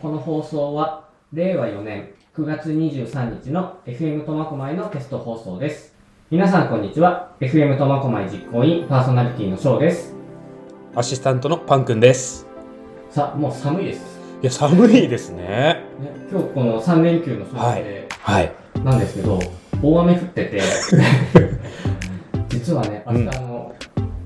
この放送は令和4年9月23日の FM 苫小牧のテスト放送です皆さんこんにちは FM 苫小牧実行委員パーソナリティの翔ですアシスタントのパンくんです。さあもう寒いです、いや、寒いですね。ね、今日この3連休の初日ではい。なんですけど、大雨降って て実はね明日あの、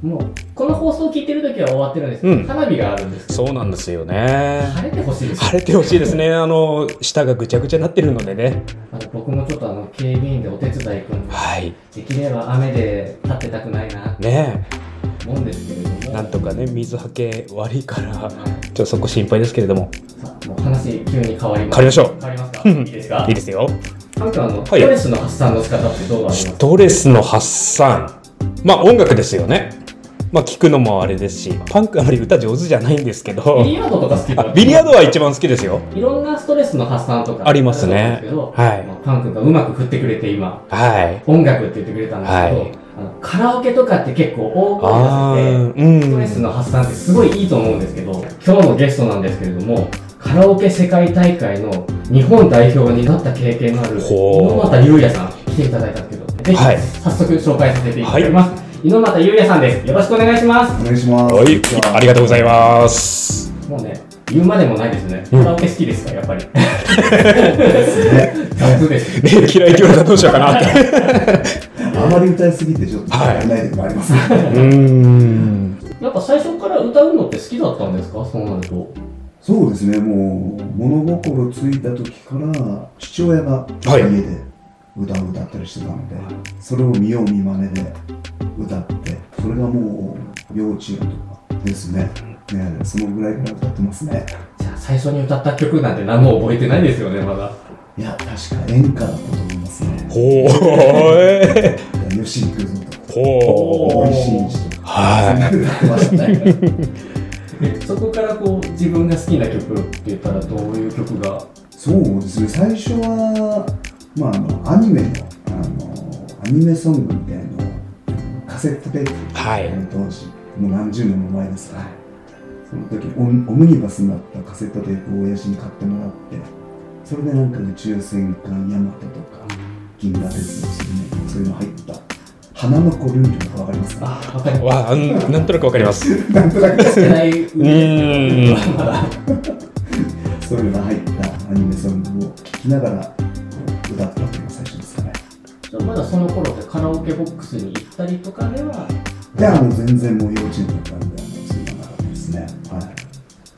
もうこの放送を聞いてる時は終わってるんですけど、うん花火があるんですけどそうなんですよね。晴れてほしいですよ晴れてほしいですね。あの、下がぐちゃぐちゃになってるのでね。あの僕もちょっとあの警備員でお手伝い行くんではい。できれば雨で立ってたくないなねと思うんですけれどえ。もなんとかね、水はけ悪いから、ちょっとそこ心配ですけれども。さあもう話急に変わり変ますわりましょ変わりますうかんいいですか う。いいですよ。なんかあの、ストはいレスの発散の仕方ってどうありますストレスの発散。まあ、音楽ですよね。まあ、聞くのもあれですし、パンくんあまり歌上手じゃないんですけビど、リヤードとか好きとあかビリヤードは一番好きですよ。いろんなストレスの発散とかありますねあると思うんですけど、はいまあパン君がうまく振ってくれて今はい。音楽って言ってくれたんですけど、はあいのカラオケとかって結構大あ声出せてー、うん。ストレスの発散ってすごいいいと思うんですけど今日のゲストなんですけれどもカラオケ世界大会の日本代表になった経験のあるほう猪俣裕也さん来ていただいたんですけどぜひはい早速紹介させていただきます、猪俣裕也さんですよろしくお願いしますお願いします。はいじゃ、ありがとうございます。 もうね言うまでもないですねカラオケ好きですかやっぱり雑ですね、嫌いって言われたらどうしようかなって。あまり歌いすぎて、ちょっとはいない時もあります。うーん。やっぱ最初から歌うのって好きだったんですかそうなるとそうですね、もう物心ついた時から、父親がはい家で歌を歌ったりしてたので、それを見よう見まねで歌って、それがもう幼稚園とかですね。ね、そのぐらいから歌ってますね。じゃあ最初に歌った曲なんて何も覚えてないですよねまだいや、確か演歌だったと思いますね。ほーい。吉幾三とか、ほー。大石真一とか、は歌ってましたね。でそこからこう自分が好きな曲って言ったらどういう曲がそうですね、最初は、まあ、あのアニメのあのアニメソングみたいなのをカセットテープい。はい。当時もう何十年も前ですから、その時オンオムニバスになったカセットテープを親父に買ってもらってそれでなんか宇宙戦艦ヤマトとか銀河鉄道とかねそういうの入った花の子ルールとかわかりますかあわかりまわあ、うんなんとなくわかります。うなんとなくす世代上ーん。そういうのが入ったアニメソングを聴きながら歌ったのが最初ですかねまだその頃ってカラオケボックスに行ったりとかではいや、もう全然もう幼稚園だったんで、あのそういうのなかったですね。は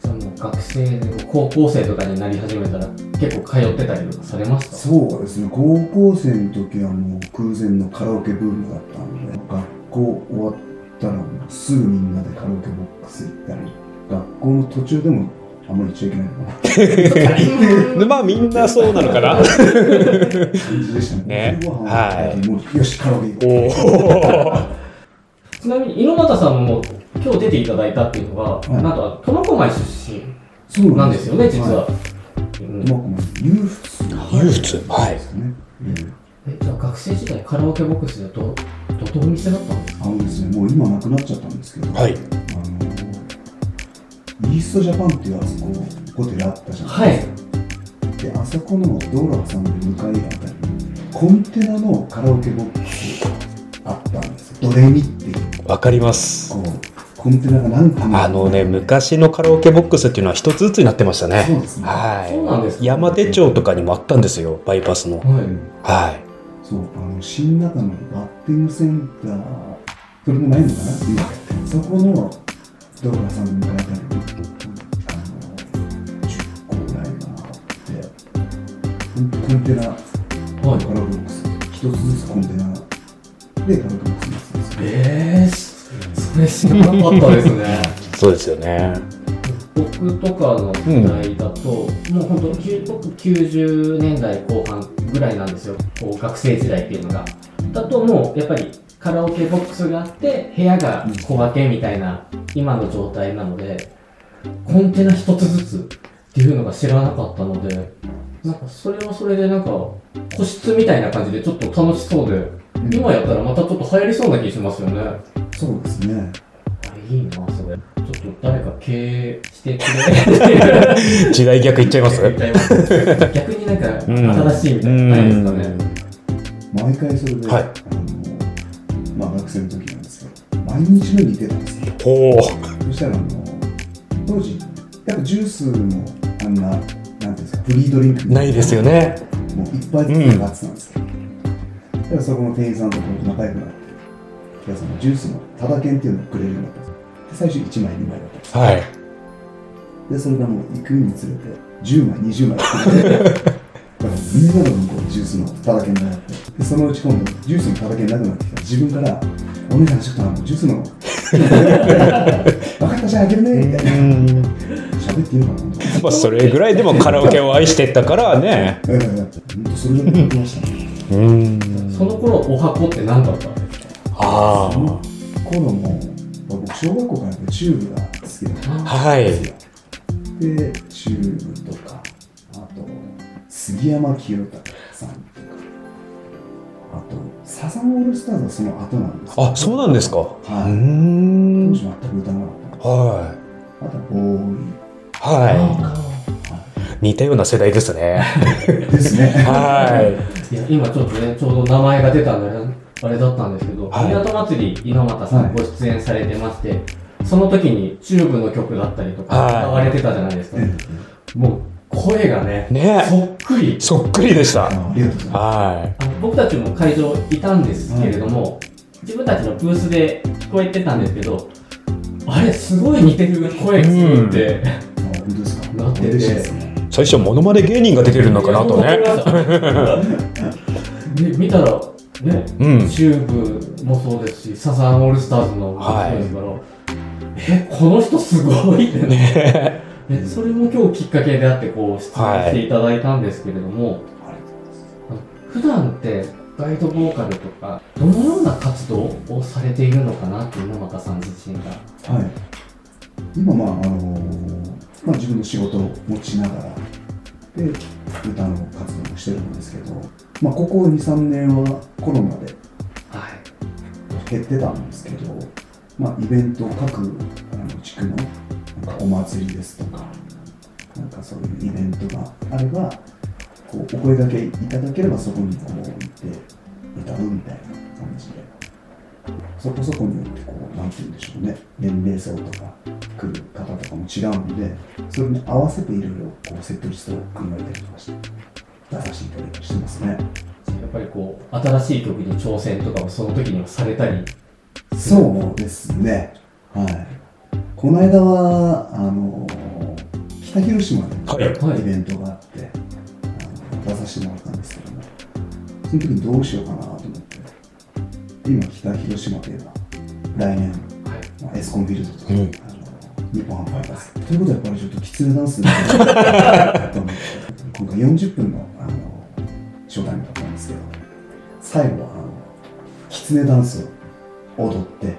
その学生で高校生とかになり始めたら結構通ってたりとかされまい、したそうですね、高校生の時はもう空前のカラオケブームだったんで、学校終わったらもうすぐみんなでカラオケボックス行ったり、学校の途中でもあんまり行っちゃいけないのかなってでまあ、みんなそうなのかな。感じでしたね。ねご飯を食べてもうよし、カラオケ行こおー。ちなみに猪俣さんも今日出ていただいたっていうのが、いなんと苫小牧出う。そう身なんですよね実は、いうん苫小牧の裕福裕福はいですね。うんえじゃあ学生時代カラオケボックスだとどどういう店だったんですかあのですね、もう今なくなっちゃったんですけど、はいあのイーストジャパンっていうあそこホテルあったじゃなはいいですか、であそこの道路挟んで向かいあたりにコンテナのカラオケボックスあったんですよドレミっていうわかります。こうコンテナが何個もあのね、昔のカラオケボックスっていうのは一つずつになってましたね。そうですねはい。そうなんですか山手町とかにもあったんですよ、バイパスの。はいはい。そうあの新中野のバッティングセンターそれもないのかなっていうそこの道路挟んで向かいあたりにあの10個ぐらいかなあってほんとコンテナはいカラオケボックス一つずつコンテナでカラオケボックスになってたんですよえー、そそれ知らなかったですねそうですよ ね。 僕とかの時代だと、もう本当きゅ僕90年代後半ぐらいなんですよこう学生時代っていうのがだともうやっぱりカラオケボックスがあって部屋が小分けみたいな今の状態なのでコンテナ一つずつっていうのが知らなかったのでなんかそれはそれでなんか個室みたいな感じでちょっと楽しそうでうん今やったらまたちょっと流行りそうな気しますよねそうですねあいいなそれちょっともう誰か経営してくれないっていう時代逆いっちゃいます言っちゃいます 逆になんか新しいみたいな、ないですかね。毎回それで、はいあのまあ、学生の時なんですけど毎日のように出たんですよほうそしたらあの当時やっぱジュースもあんななんていうんですかフリードリンクみたないいですよねもういっぱい上がってたんですよ、だからそこの店員さんと僕仲良くなってでそのジュースのタダ券っていうのをくれるようになったんですで最初1枚2枚だったんですはいでそれがもう行くにつれて10枚20枚作って だからみんなの分こうジュースのただけになってでそのうち今度ジュースのただけなくなってきたら自分から「お姉さんちょっとあのジュースの 分かったじゃああげるね」みたいな喋っていいのかな本まあそれぐらいでもカラオケを愛してたからね当ええ本当それだけ言ってましたねうんその頃、お箱って何だったんですかあその頃も僕小学校からやっぱチューブが好きだあったはいでチューブとかあと杉山清隆さんとかあとサザンオールスターズはその後なんですあそうなんですかはういん当時全く歌わなかっはたあとはボーいはあい似たような世代ですねイですねはいーいや今ちょっとね、ちょうど名前が出たんで、あれだったんですけど、はい港祭り、猪俣さはんいご出演されてまして、その時にチューブの曲だったりとはいか、歌われてたじゃないですか。えもう、声がね、ねそっくり。そっくりでし あたのありがとうございまはあの僕たちも会場いたんですけれども、自分たちのブースで聞こえてたんですけど、あれ、すごい似てる声がするって、すあ本当ですかなってて嬉しいですねい最初モノマネ芸人が出てるのかなとい ねやそう思いましたね見たら、ね、うん チューブもそうですし、サザンオールスターズのもはいそうですから、え、この人すごいってね。えそれも今日きっかけであって、こう、出演していただいたんですけれども、ありがとうござい普ます段ってガイドボーカルとかどのような活動をされているのかなっていう野中さん自身がはい今まああのまあ、自分の仕事を持ちながらで歌の活動もしてるんですけど、まあ、ここ23年はコロナではい減ってたんですけど、まあ、イベント各あの地区のなんかお祭りですとかなんかそういうイベントがあればこうお声掛けいただければそこにこう行って歌うみたいな感じでそこそこによってこうなんて言うんでしょうね年齢層とか来る方とかも違うのでそれに合わせていろいろこうセットリストを考えたりとかして出させていただいたりしてますね。やっぱりこう新しい曲に挑戦とかもその時にはされたりそうですね。はい。この間は、あの北広島ではいはいイベントがあって、あの出させてもらったんですけども、その時にどうしようかなと思って、今、北広島といえば、来年、はいまあエスコンフィールドとか、うんあの日本ハムファイターズ。ということは、やっぱりちょっときつねダンス みたいなのをと思って、今回40分のあのショータイムだったんですけど、最後は、あのきつねダンスを踊って、へ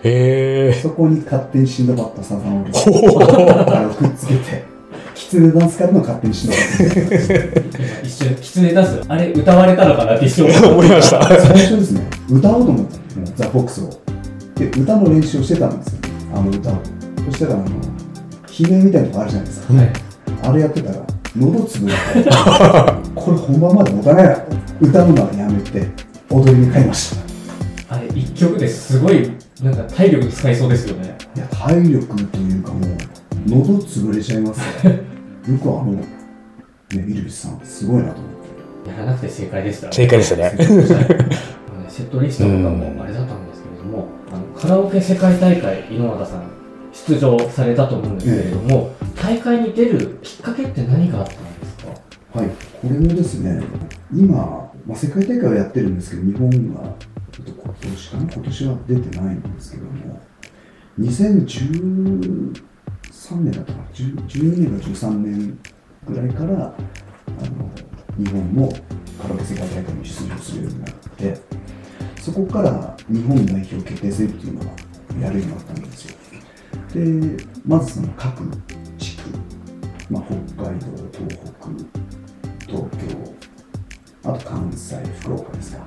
えそこに勝手にシンドバッドサザンオールほうあのくっつけて、キツネダンスからの勝手にシンドバッドサザンオール 今一瞬キツネ出すあれ歌われたのかなって一瞬思いました 最初ですね、歌おうと思って、もうザ・フォックスを。で、歌の練習をしてたんですよ、あの歌を。そしたら、あの、悲鳴みたいなとこあるじゃないです か。はいあれやってたら、喉つぶれて、これ本番まで持たないなと。歌うのはやめて、踊りに変えました。あれ一曲ですごいなんか体力使いそうですよねいや、体力というかもう、喉潰れちゃいますよ。よくあの、ね、イルビスさん、すごいなと思って。やらなくて正解でした正解でしたねあのね セットリストとかもあれだったんですけれども、あのカラオケ世界大会、井ノ和田さん、出場されたと思うんですけれども、大会に出るきっかけって何があったんですかはい、これもですね、今、まあ、世界大会はやってるんですけど、日本がちょっと今年かな、今年は出てないんですけども、2013年だったかな、10 12年か13年ぐらいから、あの日本もカラオケ世界大会に出場するようになって、そこから日本代表決定戦っていうのがやるようになったんですよ。で、まずその各地区、まあ、北海道、東北、東京、あと関西、福岡ですか。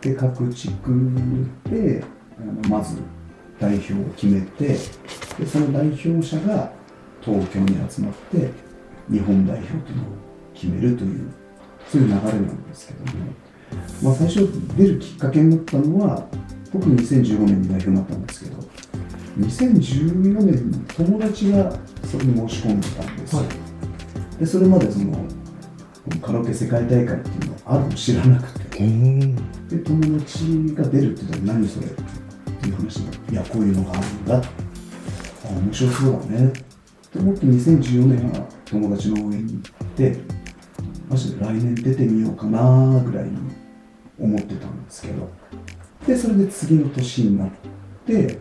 で、各地区で、あのまず代表を決めてでその代表者が東京に集まって日本代表というのを決めるというそういう流れなんですけども、まあ、最初出るきっかけになったのは僕2015年に代表になったんですけど2014年に友達がそれに申し込んでたんですよ、はいでそれまでそのカラオケ世界大会っていうのがあるの知らなくてうんで友達が出るって言ったら何それっていう話になっていやこういうのがあるんだあ面白そうだねと思って2014年は友達の応援に行ってマジで来年出てみようかなぐらいに思ってたんですけどでそれで次の年になって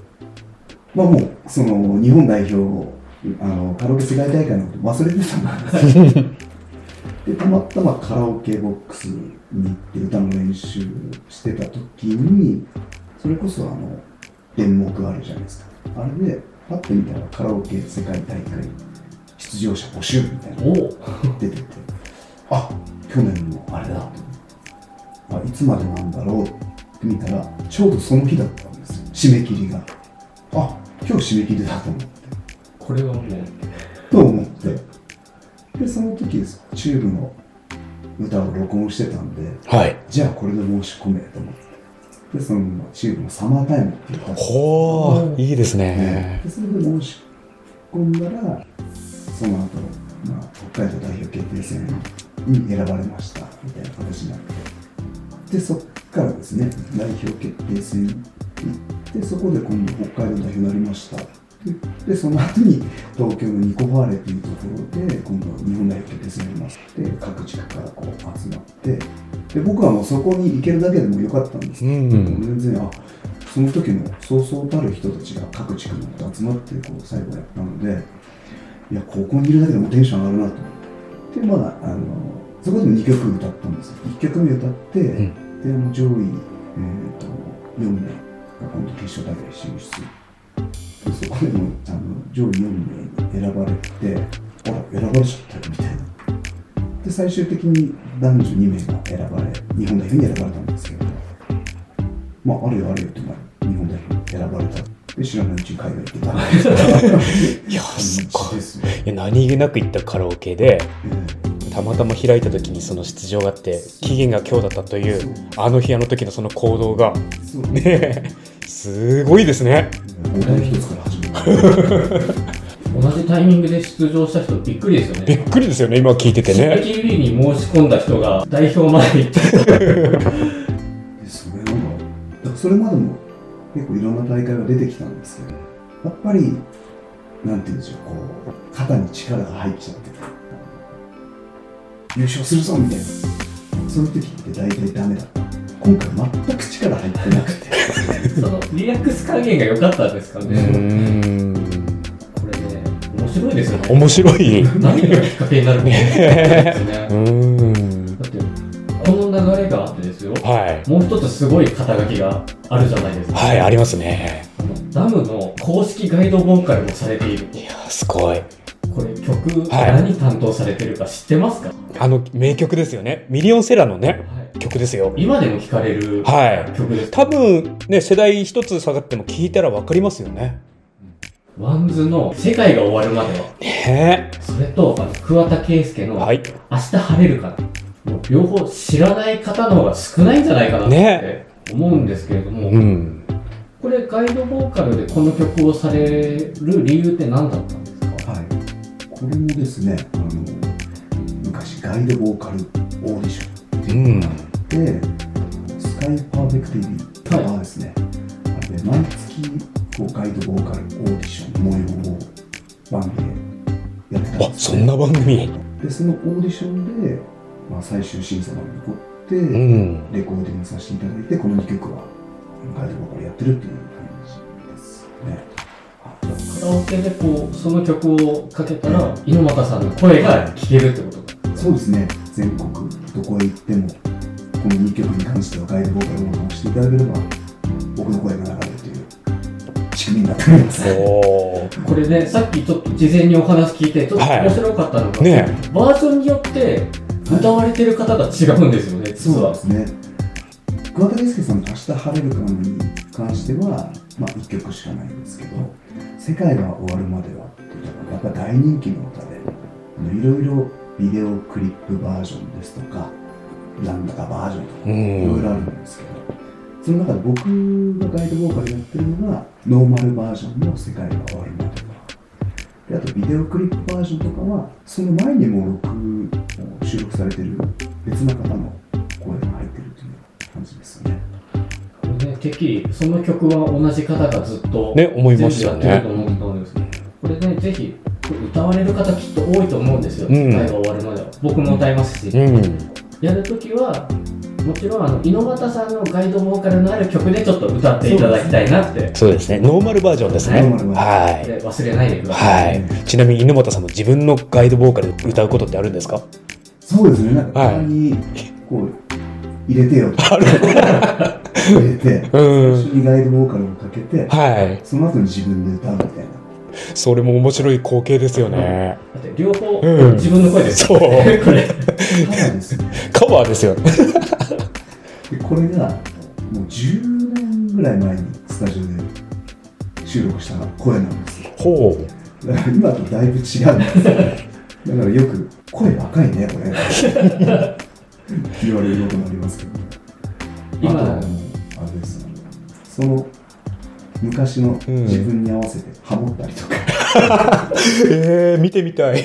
まあもうその日本代表をあのカラオケ世界大会のこと忘れてたんですでたまたまカラオケボックスに行って歌の練習してた時にそれこそあの演目あるじゃないですかあれでパッて見たらカラオケ世界大会出場者募集みたいなのおおが出ててあ去年のあれだと思ってあいつまでなんだろうって見たらちょうどその日だったんですよ締め切りがあ今日締め切りだと思ってこれはもうと思ってでその時ですチューブの歌を録音してたんではいじゃあこれで申し込めと思ってでそのままチューブの「サマータイム」っていう歌をほういいですねでそれで申し込んだらその後、まあ北海道代表決定戦に選ばれましたみたいな形になってでそっからですね代表決定戦に行ってそこで今度北海道代表になりましたでその後に東京のニコファーレというところで今度は日本代表決定戦になりますって各地区からこう集まってで僕はもうそこに行けるだけでもよかったんですうん全然あその時のそうそうたる人たちが各地区の集まってこう最後やったのでいやここにいるだけでもテンション上がるなと思ってでまああのそこでも2曲歌ったんですよ1曲目歌って、んであの上位、えー、と4名が今度決勝大会進出でそこでもあの上位4名に選ばれてあら選ばれちゃったよみたいなで最終的に男女2名が選ばれ日本代表に選ばれたんですけどまああるよあるよって日本代表に選ばれたで知らないうちに海外行ってた いやすご感じいですね、いや何気なく行ったカラオケでたまたま開いた時にその出場があって期限が今日だったというあの日あの時のその行動が そうねねえすごいですねお題一つから始まる 同じタイミングで出場した人びっくりですよねびっくりですよね今聞いててね KTV に申し込んだ人が代表まで行って でそれなんかだからそれまでも結構いろんな大会が出てきたんですけどやっぱりなんて言うんでしょうこう肩に力が入っちゃって優勝するぞみたいなそういう時って大体ダメだった今回全く力入ってなくてそのリラックス加減が良かったんですかうね、んこれね面白いですよね面白いう何がきっかけになるか分かんないです ねんだってこの流れがあってですよはもう一つすごい肩書きがあるじゃないですいか、はいありますねあのダムの公式ガイドボーカルもされているいやすごいこれ曲はい何担当されてるか知ってますか、あの名曲ですよねミリオンセラーのねはい曲ですよ今でも聴かれるはい曲です、多分ね世代一つ下がっても聞いたら分かりますよねワンズの「世界が終わるまではね」それとあの桑田佳祐えの「はい明日晴れるかなもう両方知らない方の方が少ないんじゃないかなってね思うんですけれども、うんこれガイドボーカルでこの曲をされる理由って何だったんですかはいこれもですねあの昔ガイドボーカルオーディションうんで、スカイパーフェクティビティはですね、あれで毎月こうガイドボーカルオーディション模様を番組でやってたあんですそんな番組で、そのオーディションで、まあ、最終審査まで残って、うんレコーディングさせていただいて、この2曲はガイドボーカルやってるっていう感じですね。カラオケでこうその曲をかけたら猪俣さんの声が聴けるってことかそうですね、全国どこへ行っても、この2曲に関してはガイドボーカルをしていただければ、僕の声が流れるという仕組みになっております。 おーこれねさっきちょっと事前にお話聞いてちょっとはい面白かったのが、ねバージョンによって歌われてる方が違うんですよね実そうはですね。桑田佳祐さんの「明日晴れるかな」に関しては、まあ、1曲しかないんですけど「世界が終わるまでは」っていうのがやっぱ大人気の歌でいろいろビデオクリップバージョンですとかなんだかバージョンとかういろいろあるん。んですけどその中で僕がガイドボーカルやってるのがノーマルバージョンの「世界が終わるまでは」であとビデオクリップバージョンとかはその前にも録音収録されてる別な方の声が入ってるという感じですよね。ね、てっきりその曲は同じ方がずっとね思いましたね全部やってると思ったんですけど、これねぜひ歌われる方きっと多いと思うんですよ、うん会が終わるまでは僕も歌いますし、うん。やるときはもちろんあの猪俣さんのガイドボーカルのある曲でちょっと歌っていただきたいなって、そうですね。ノーマルバージョンですね。ノーマルバージョンはい。で忘れないでください、はい。ちなみに猪俣さんも自分のガイドボーカルで歌うことってあるんですか？そうですね、なんかはいたまにこう入れてよとある。入れて、う一緒ん。にガイドボーカルをかけて、はい。その後に自分で歌うみたいな。それも面白い光景ですよね。だって両方、うん自分の声ですそうこれただですね、カバーですよね。でこれがもう10年ぐらい前にスタジオで収録した声なんですよ。ほう。だから今とだいぶ違うんですよ。だからよく、声若いね、これ。言われることもありますけど、ね、今あとはもうあれですね、その昔の自分に合わせてハモったりとか。えー、見てみたい。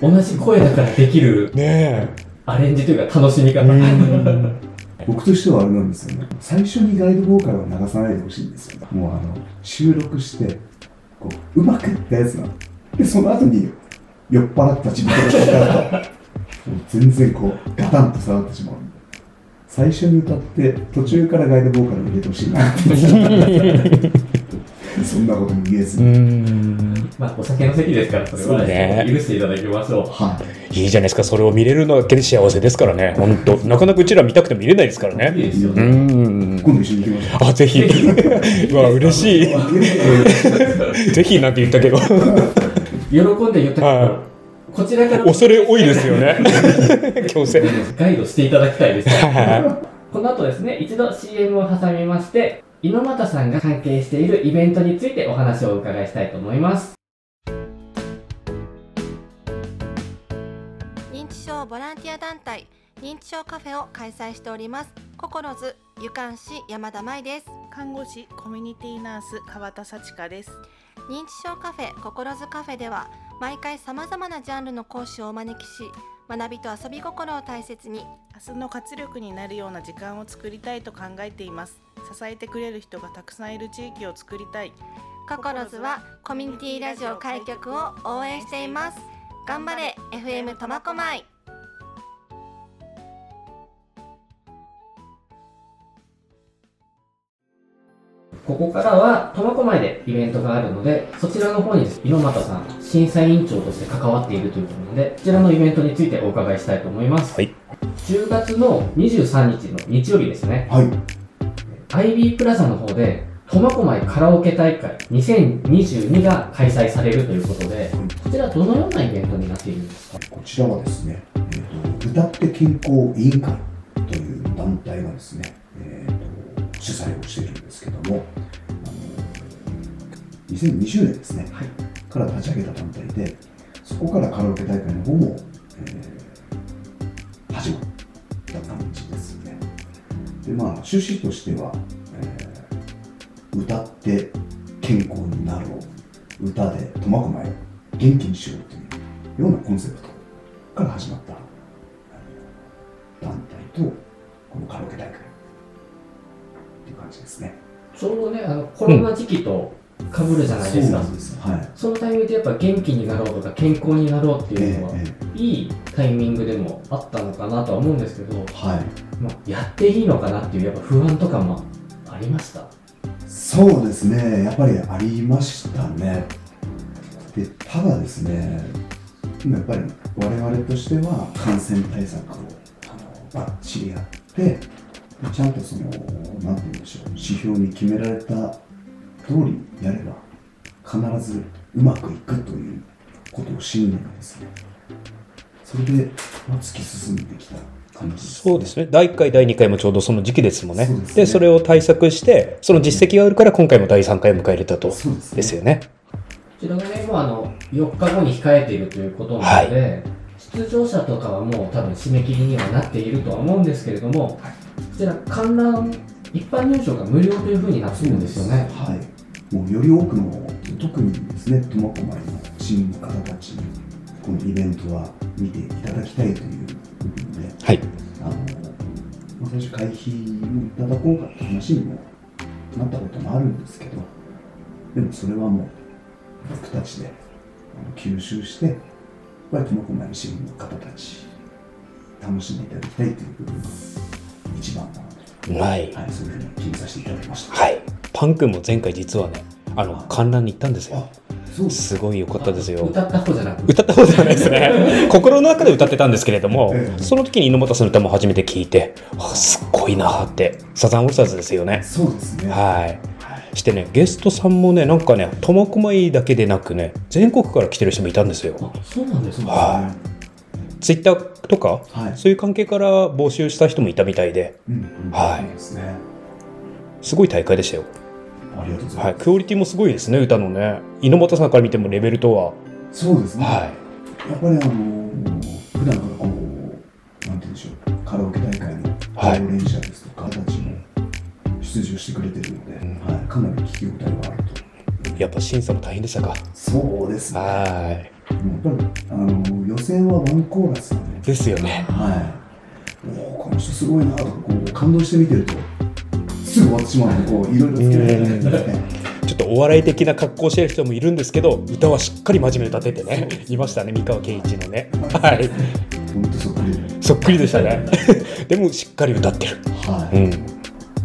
同じ声だからできるねアレンジというか楽しみえ。方、うん。僕としてはあれなんですよね最初にガイドボーカルは流さないでほしいんですよねもうあの収録してこううまくいったやつなのでその後に酔っ払った自分が歌うともう全然こうガタンと下がってしまうんで最初に歌って途中からガイドボーカルを入れてほしいな ってそんなことも言えずうに、ん まあお酒の席ですからそれはそうね許していただきましょうはいいいじゃないですか、それを見れるのだけで幸せですからね、本当、なかなかうちら見たくても見れないですからいいね。ですようね、ん。今度一緒に行きまし ょあ、ぜ ひ。うわ、嬉しい。ぜひなんて言ったけど、喜んで言ったけど、はこちらから恐れ多いですよね。 強制。ガイドしていただきたいですはこの後ですね一度 CM を挟みまして猪俣さんが関係しているイベントについてお話をお伺いしたいと思います認知症ボランティア団体認知症カフェを開催しております心ず湯管師山田舞です看護師コミュニティナース川田幸香です認知症カフェ心ずカフェでは毎回さまざまなジャンルの講師をお招きし学びと遊び心を大切に明日の活力になるような時間を作りたいと考えています支えてくれる人がたくさんいる地域を作りたい心ずはコミュニティラジオ開局を応援しています頑張れ FM 苫小牧ここからは苫小牧でイベントがあるのでそちらの方にです猪俣さん審査委員長として関わっているということなのでそちらのイベントについてお伺いしたいと思います、はい10月の23日の日曜日ですねはい IB プラザの方で苫小牧カラオケ大会2022が開催されるということでこちらどのようなイベントになっているんですかこちらはですね、えーと歌って健康委員会という団体がですね、えーと主催をしているんですけども、あの2020年ですね、はいから立ち上げた団体で、そこからカラオケ大会の方も、えー始まった感じですね。で、まあ、趣旨としては、えー歌って健康になろう、歌で苫小牧を元気にしようというようなコンセプトから始まったあの団体とこのカラオケ大会っていう感じですね。ちょうどねあのコロナ時期と被るじゃないですか、なんです。はい。そのタイミングでやっぱ元気になろうとか健康になろうってえいうのは、ええいいタイミングでもあったのかなとは思うんですけど、えはい。まあ、やっていいのかなっていうやっぱ不安とかもありましたそうですね、やっぱりありましたね。でただですね、今やっぱり我々としては感染対策をあのばっちりやって、ちゃんとその、なんて言うんでしょう、指標に決められた通りやれば、必ずうまくいくということを信念がですね、それで、まあ、突き進んできた感じです、そうですね第1回第2回もちょうどその時期ですもんねそうでですねそれを対策してその実績があるから今回も第3回を迎えれたとそうですねですよねちらがね、もうあの、4日後に控えているということなので、出場者とかはもう多分締め切りにはなっているとは思うんですけれども、こちら観覧、一般入場が無料というふうになっているんですよね。はい。もうより多くの、特にですね、苫小牧のチームの方たちに、このイベントは見ていただきたいという部分で、はいあの、まあ、最初会費もいただこうかって話にもなったこともあるんですけど、でもそれはもう、僕たちであの吸収して、やっぱり苫小牧の市民の方たち、楽しんでいただきたいという部分が一番なので、はいはい、そういうふうに決めさせていただきました。はいパン君も前回実はねあの観覧に行ったんですよあそうですすごい良かったですよ歌った方じゃなく歌ったことはないです ね心の中で歌ってたんですけれどもええその時に猪俣さんの歌も初めて聞いてあすっごいなってサザンオールスターズですよねそうですね。はいしてねゲストさんもねなんかね苫小牧だけでなくね全国から来てる人もいたんですよあ、そうなんですか。はツイッターとかはい。そういう関係から募集した人もいたみたいでうんうんはいそうですね。すごい大会でしたよ、ありがとうございます。はい、クオリティもすごいですね歌のね猪俣さんから見てもレベルとはそうですね。はやっぱりあの普段からこうなんて言うんでしょうカラオケ大会のはい常連者ですとかたちも出場してくれてるので、うんはい、かなり聞き応えがあると。いやっぱ審査も大変でしたかそうですね。やっはぱりあの予選はワンコーラスなんいで、ですよねはい。おおこの人すごいなとかこう感動して見てると。すぐ終わってしまうので、こういろいろつけられてるんですね。ちょっとお笑い的な格好をしてる人もいるんですけど歌はしっかり真面目に歌ってて ねいましたね三河健一のね はい本当そっくりで。そっくりでしたね でもしっかり歌ってる、はい。うん、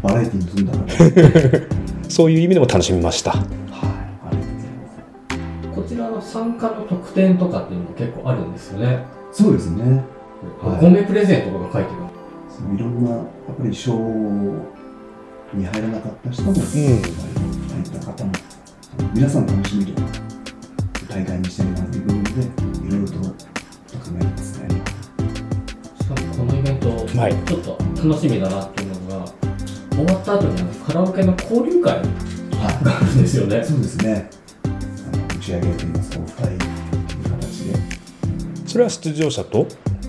バラエティに富んだな。はい。そういう意味でも楽しみましたありがとうございまこす。ちらの参加の特典とかっていうのも結構あるんですよね。そうですね。はいごめプレゼントとか書いてるそのいろんな、やっぱり賞に入らなかった人も、入った方も、皆さんの楽しみる大会にしたいなという部分で、いろいろと考えてますね。しかもこのイベント、はいちょっと楽しみだなっていうのが終わった後にあのカラオケの交流会はがあるんですよねい。そうですね。あの打ち上げといいますか、お二人という形で。それは出場者と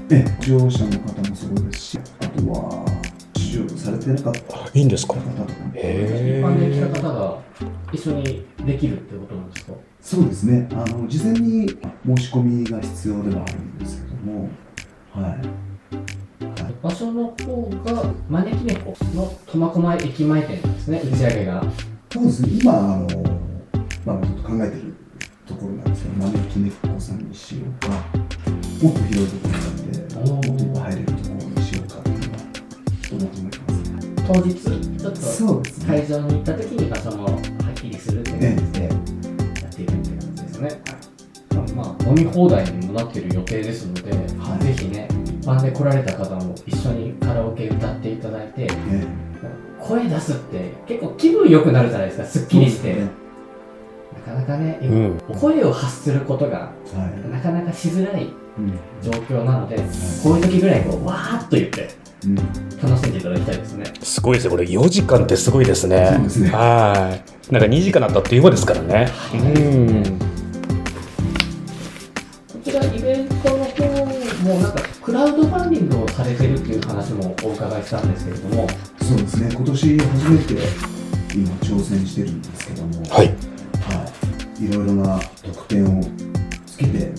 で、乗車の方もそうですし、あとは、出場されてなかったいいんですか方とかも。一へ般で来たえ方が一緒にできるってことなんですかそうですねあの事前に申し込みが必要ではあるんですけどもはい、はい、場所の方が招き猫の苫小牧駅前店ですね打ち上げがそうですね今あの、まあ、ちょっと考えてるところなんですけど招き猫さんにしようかもっと広いところになってもっといっぱい入れるところにしようかっていうのは思っておりますね当日ちょっとそうですね会場に行った時に場所もはっきりするっていう感じでやっていくっていう感じですね、まあ飲み放題にもなってる予定ですので、はいぜひね一般で来られた方も一緒にカラオケ歌っていただいてね声出すって結構気分良くなるじゃないですかすっきりして、ねなかなかね、ん声を発することがはなかなかしづらいい、うん状況なので、こういう時ぐらいこうわーっと言ってうん、楽しんでいただきたいですねすごいですよこれ4時間ってすごいですねそうですねはいなんか2時間あったっていう間ですからねうんこちらイベントの方もなんかクラウドファンディングをされてるっていう話もお伺いしたんですけれどもそうですね今年初めて今挑戦してるんですけどもはいはい、いろいろな特典をつけて、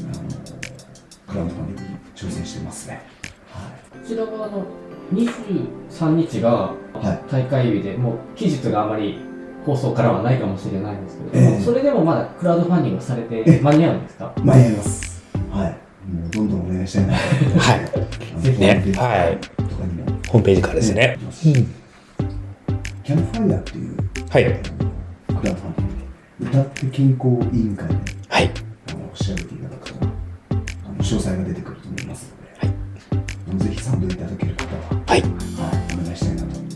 あのクラウドファンディングに挑戦してますね。はこちらはあの23日がい、はい、大会日でもう期日があまり放送からはないかもしれないんですけれども、ええそれでもまだクラウドファンディングをされて間に合うんですか間に合います。はい、もうどんどんお願いしたいなと思って。はいあのぜひねホームページとかにもホームページからですね行きますしキャンプファイヤーっていうはいあのクラウドファンディングで歌って健康委員会ではいあの調べていただくとあの詳細が出てくると思いますので、あのぜひ賛同いただける方は、はいはい、お願いしたいなと思いま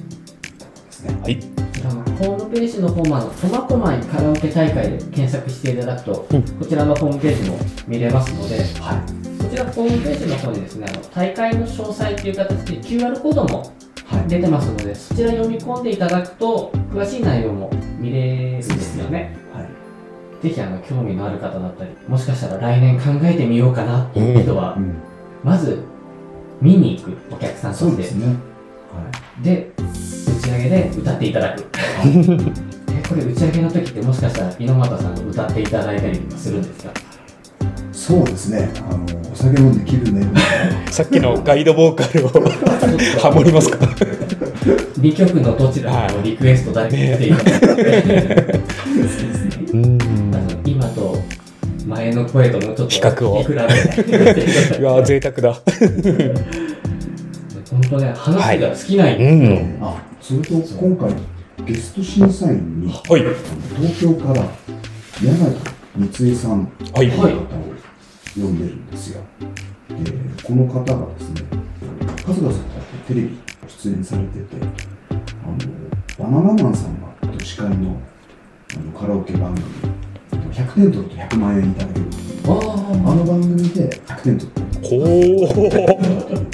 すね。はいこちらのホームページの方もあの苫小牧カラオケ大会で検索していただくと、うんこちらのホームページも見れますのではいこちらちらホームページの方にですね、あの大会の詳細という形で QR コードもはい出てますので、そちら読み込んでいただくと、詳しい内容も見れるんですよね。はいぜひあの興味のある方だったり、もしかしたら来年考えてみようかなっていう人は、うん、まず見に行くお客さんとそうしでてす、ねはいで打ち上げで歌っていただ くえこれ打ち上げの時ってもしかしたら猪俣さんが歌っていただいたりするんです かそうですねあのお酒飲んで気分のよくな さっきのガイドボーカルを ハモりますか2曲のどちらのリクエストだけっていうのが うんあの今と前の声とのちょっと比較を見比べ いやー贅沢だ本当ね話が尽きない、うんあそれと今回ゲスト審査員にはい東京から柳光恵さんはいという方を呼んでるんですよ、でこの方がですね春日さんがテレビ出演されててあのバナナマンさんが司会のあのカラオケ番組100点取ると100万円いただけるあーあの番組で100点取ってほー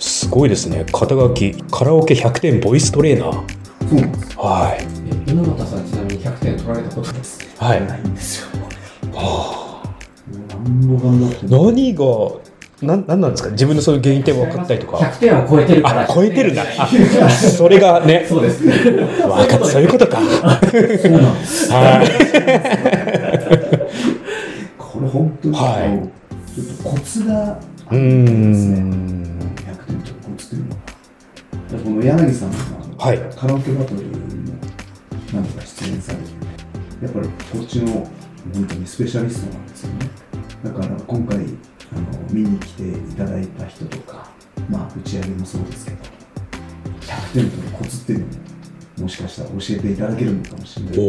すごいですね肩書きカラオケ100点ボイストレーナーそうなんですはいえ猪俣さんちなみに100点取られたことですはいないんですよは何も頑張ってあも何がなんなんなんですか自分のそういう原因点分かったりとか100点を超えてるからあ超えてるんだあそれがねそうですわかったそういうことかそうなんですはいこれ本当に、はちょっとコツがあうるんですねん100点取るコツというのはだからこの柳さんが、はいカラオケバトルの何とか出演されてやっぱりこっちの本当にスペシャリストなんですよねだから今回あの見に来ていただいた人とかまあ打ち上げもそうですけど100点取るコツっていうのももしかしたら教えていただけるのかもしれないお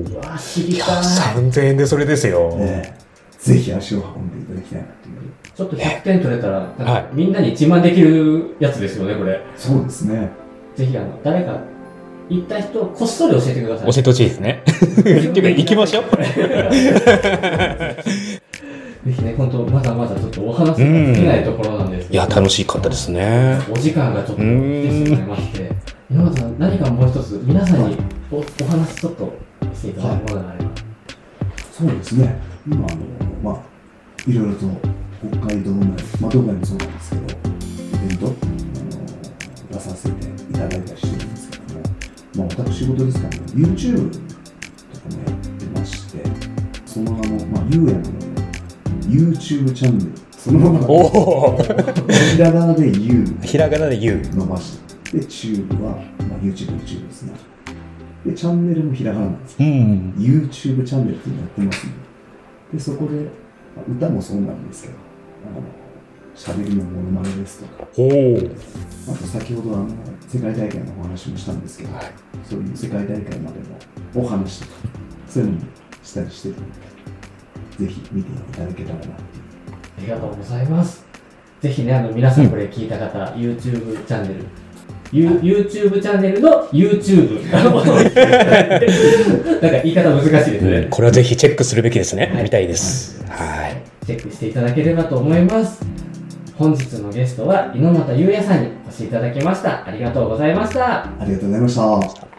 おうわ知りいやたい3000円でそれですよ、ええぜひ足を運んでいただきたいなというちょっと100点取れたら、なんかはいみんなに自慢できるやつですよね、これ。そうですねぜひ、あの、誰か、行った人、こっそり教えてください。教えてほしいですねっていうか行きましょうぜひね、本当まだまだちょっとお話ができないところなんですいや楽しかったですねお時間がちょっと来てしまいまして、今本さん、何かもう一つ、皆さんにおお話ちょっとしていただくものがあれば。そうですね、今あの、まあ、いろいろと北海道内、まあ、道外もそうなんですけど、イベントあの出させていただいたりしてるんですけども、まあ、私事ですからね、YouTube とかもやってまして、その名も、まあ、ゆうやなので、YouTube チャンネル、そのまま、おおひらがなで U ひらがなで言う伸ばして、で、チューブは、まあ、YouTube、YouTube ですね。で、チャンネルもひらがななんですうん YouTube チャンネルっていうのやってますんででそこでまあ歌もそうなんですけどあの喋りのモノマネですとかおおあと先ほどあの世界大会のお話もしたんですけど、そういう世界大会までのお話とかそういうのもしたりしてるのでぜひ見ていただけたらなっていうありがとうございます。ぜひね、あの、皆さんこれ聞いた方、YouTube チャンネル、ユ YouTube チャンネルの YouTube。なんか言い方難しいですね。これはぜひチェックするべきですね、はいみたいですはいチェックしていただければと思います。本日のゲストは、猪俣裕也さんにお越しいただきました。ありがとうございました。ありがとうございました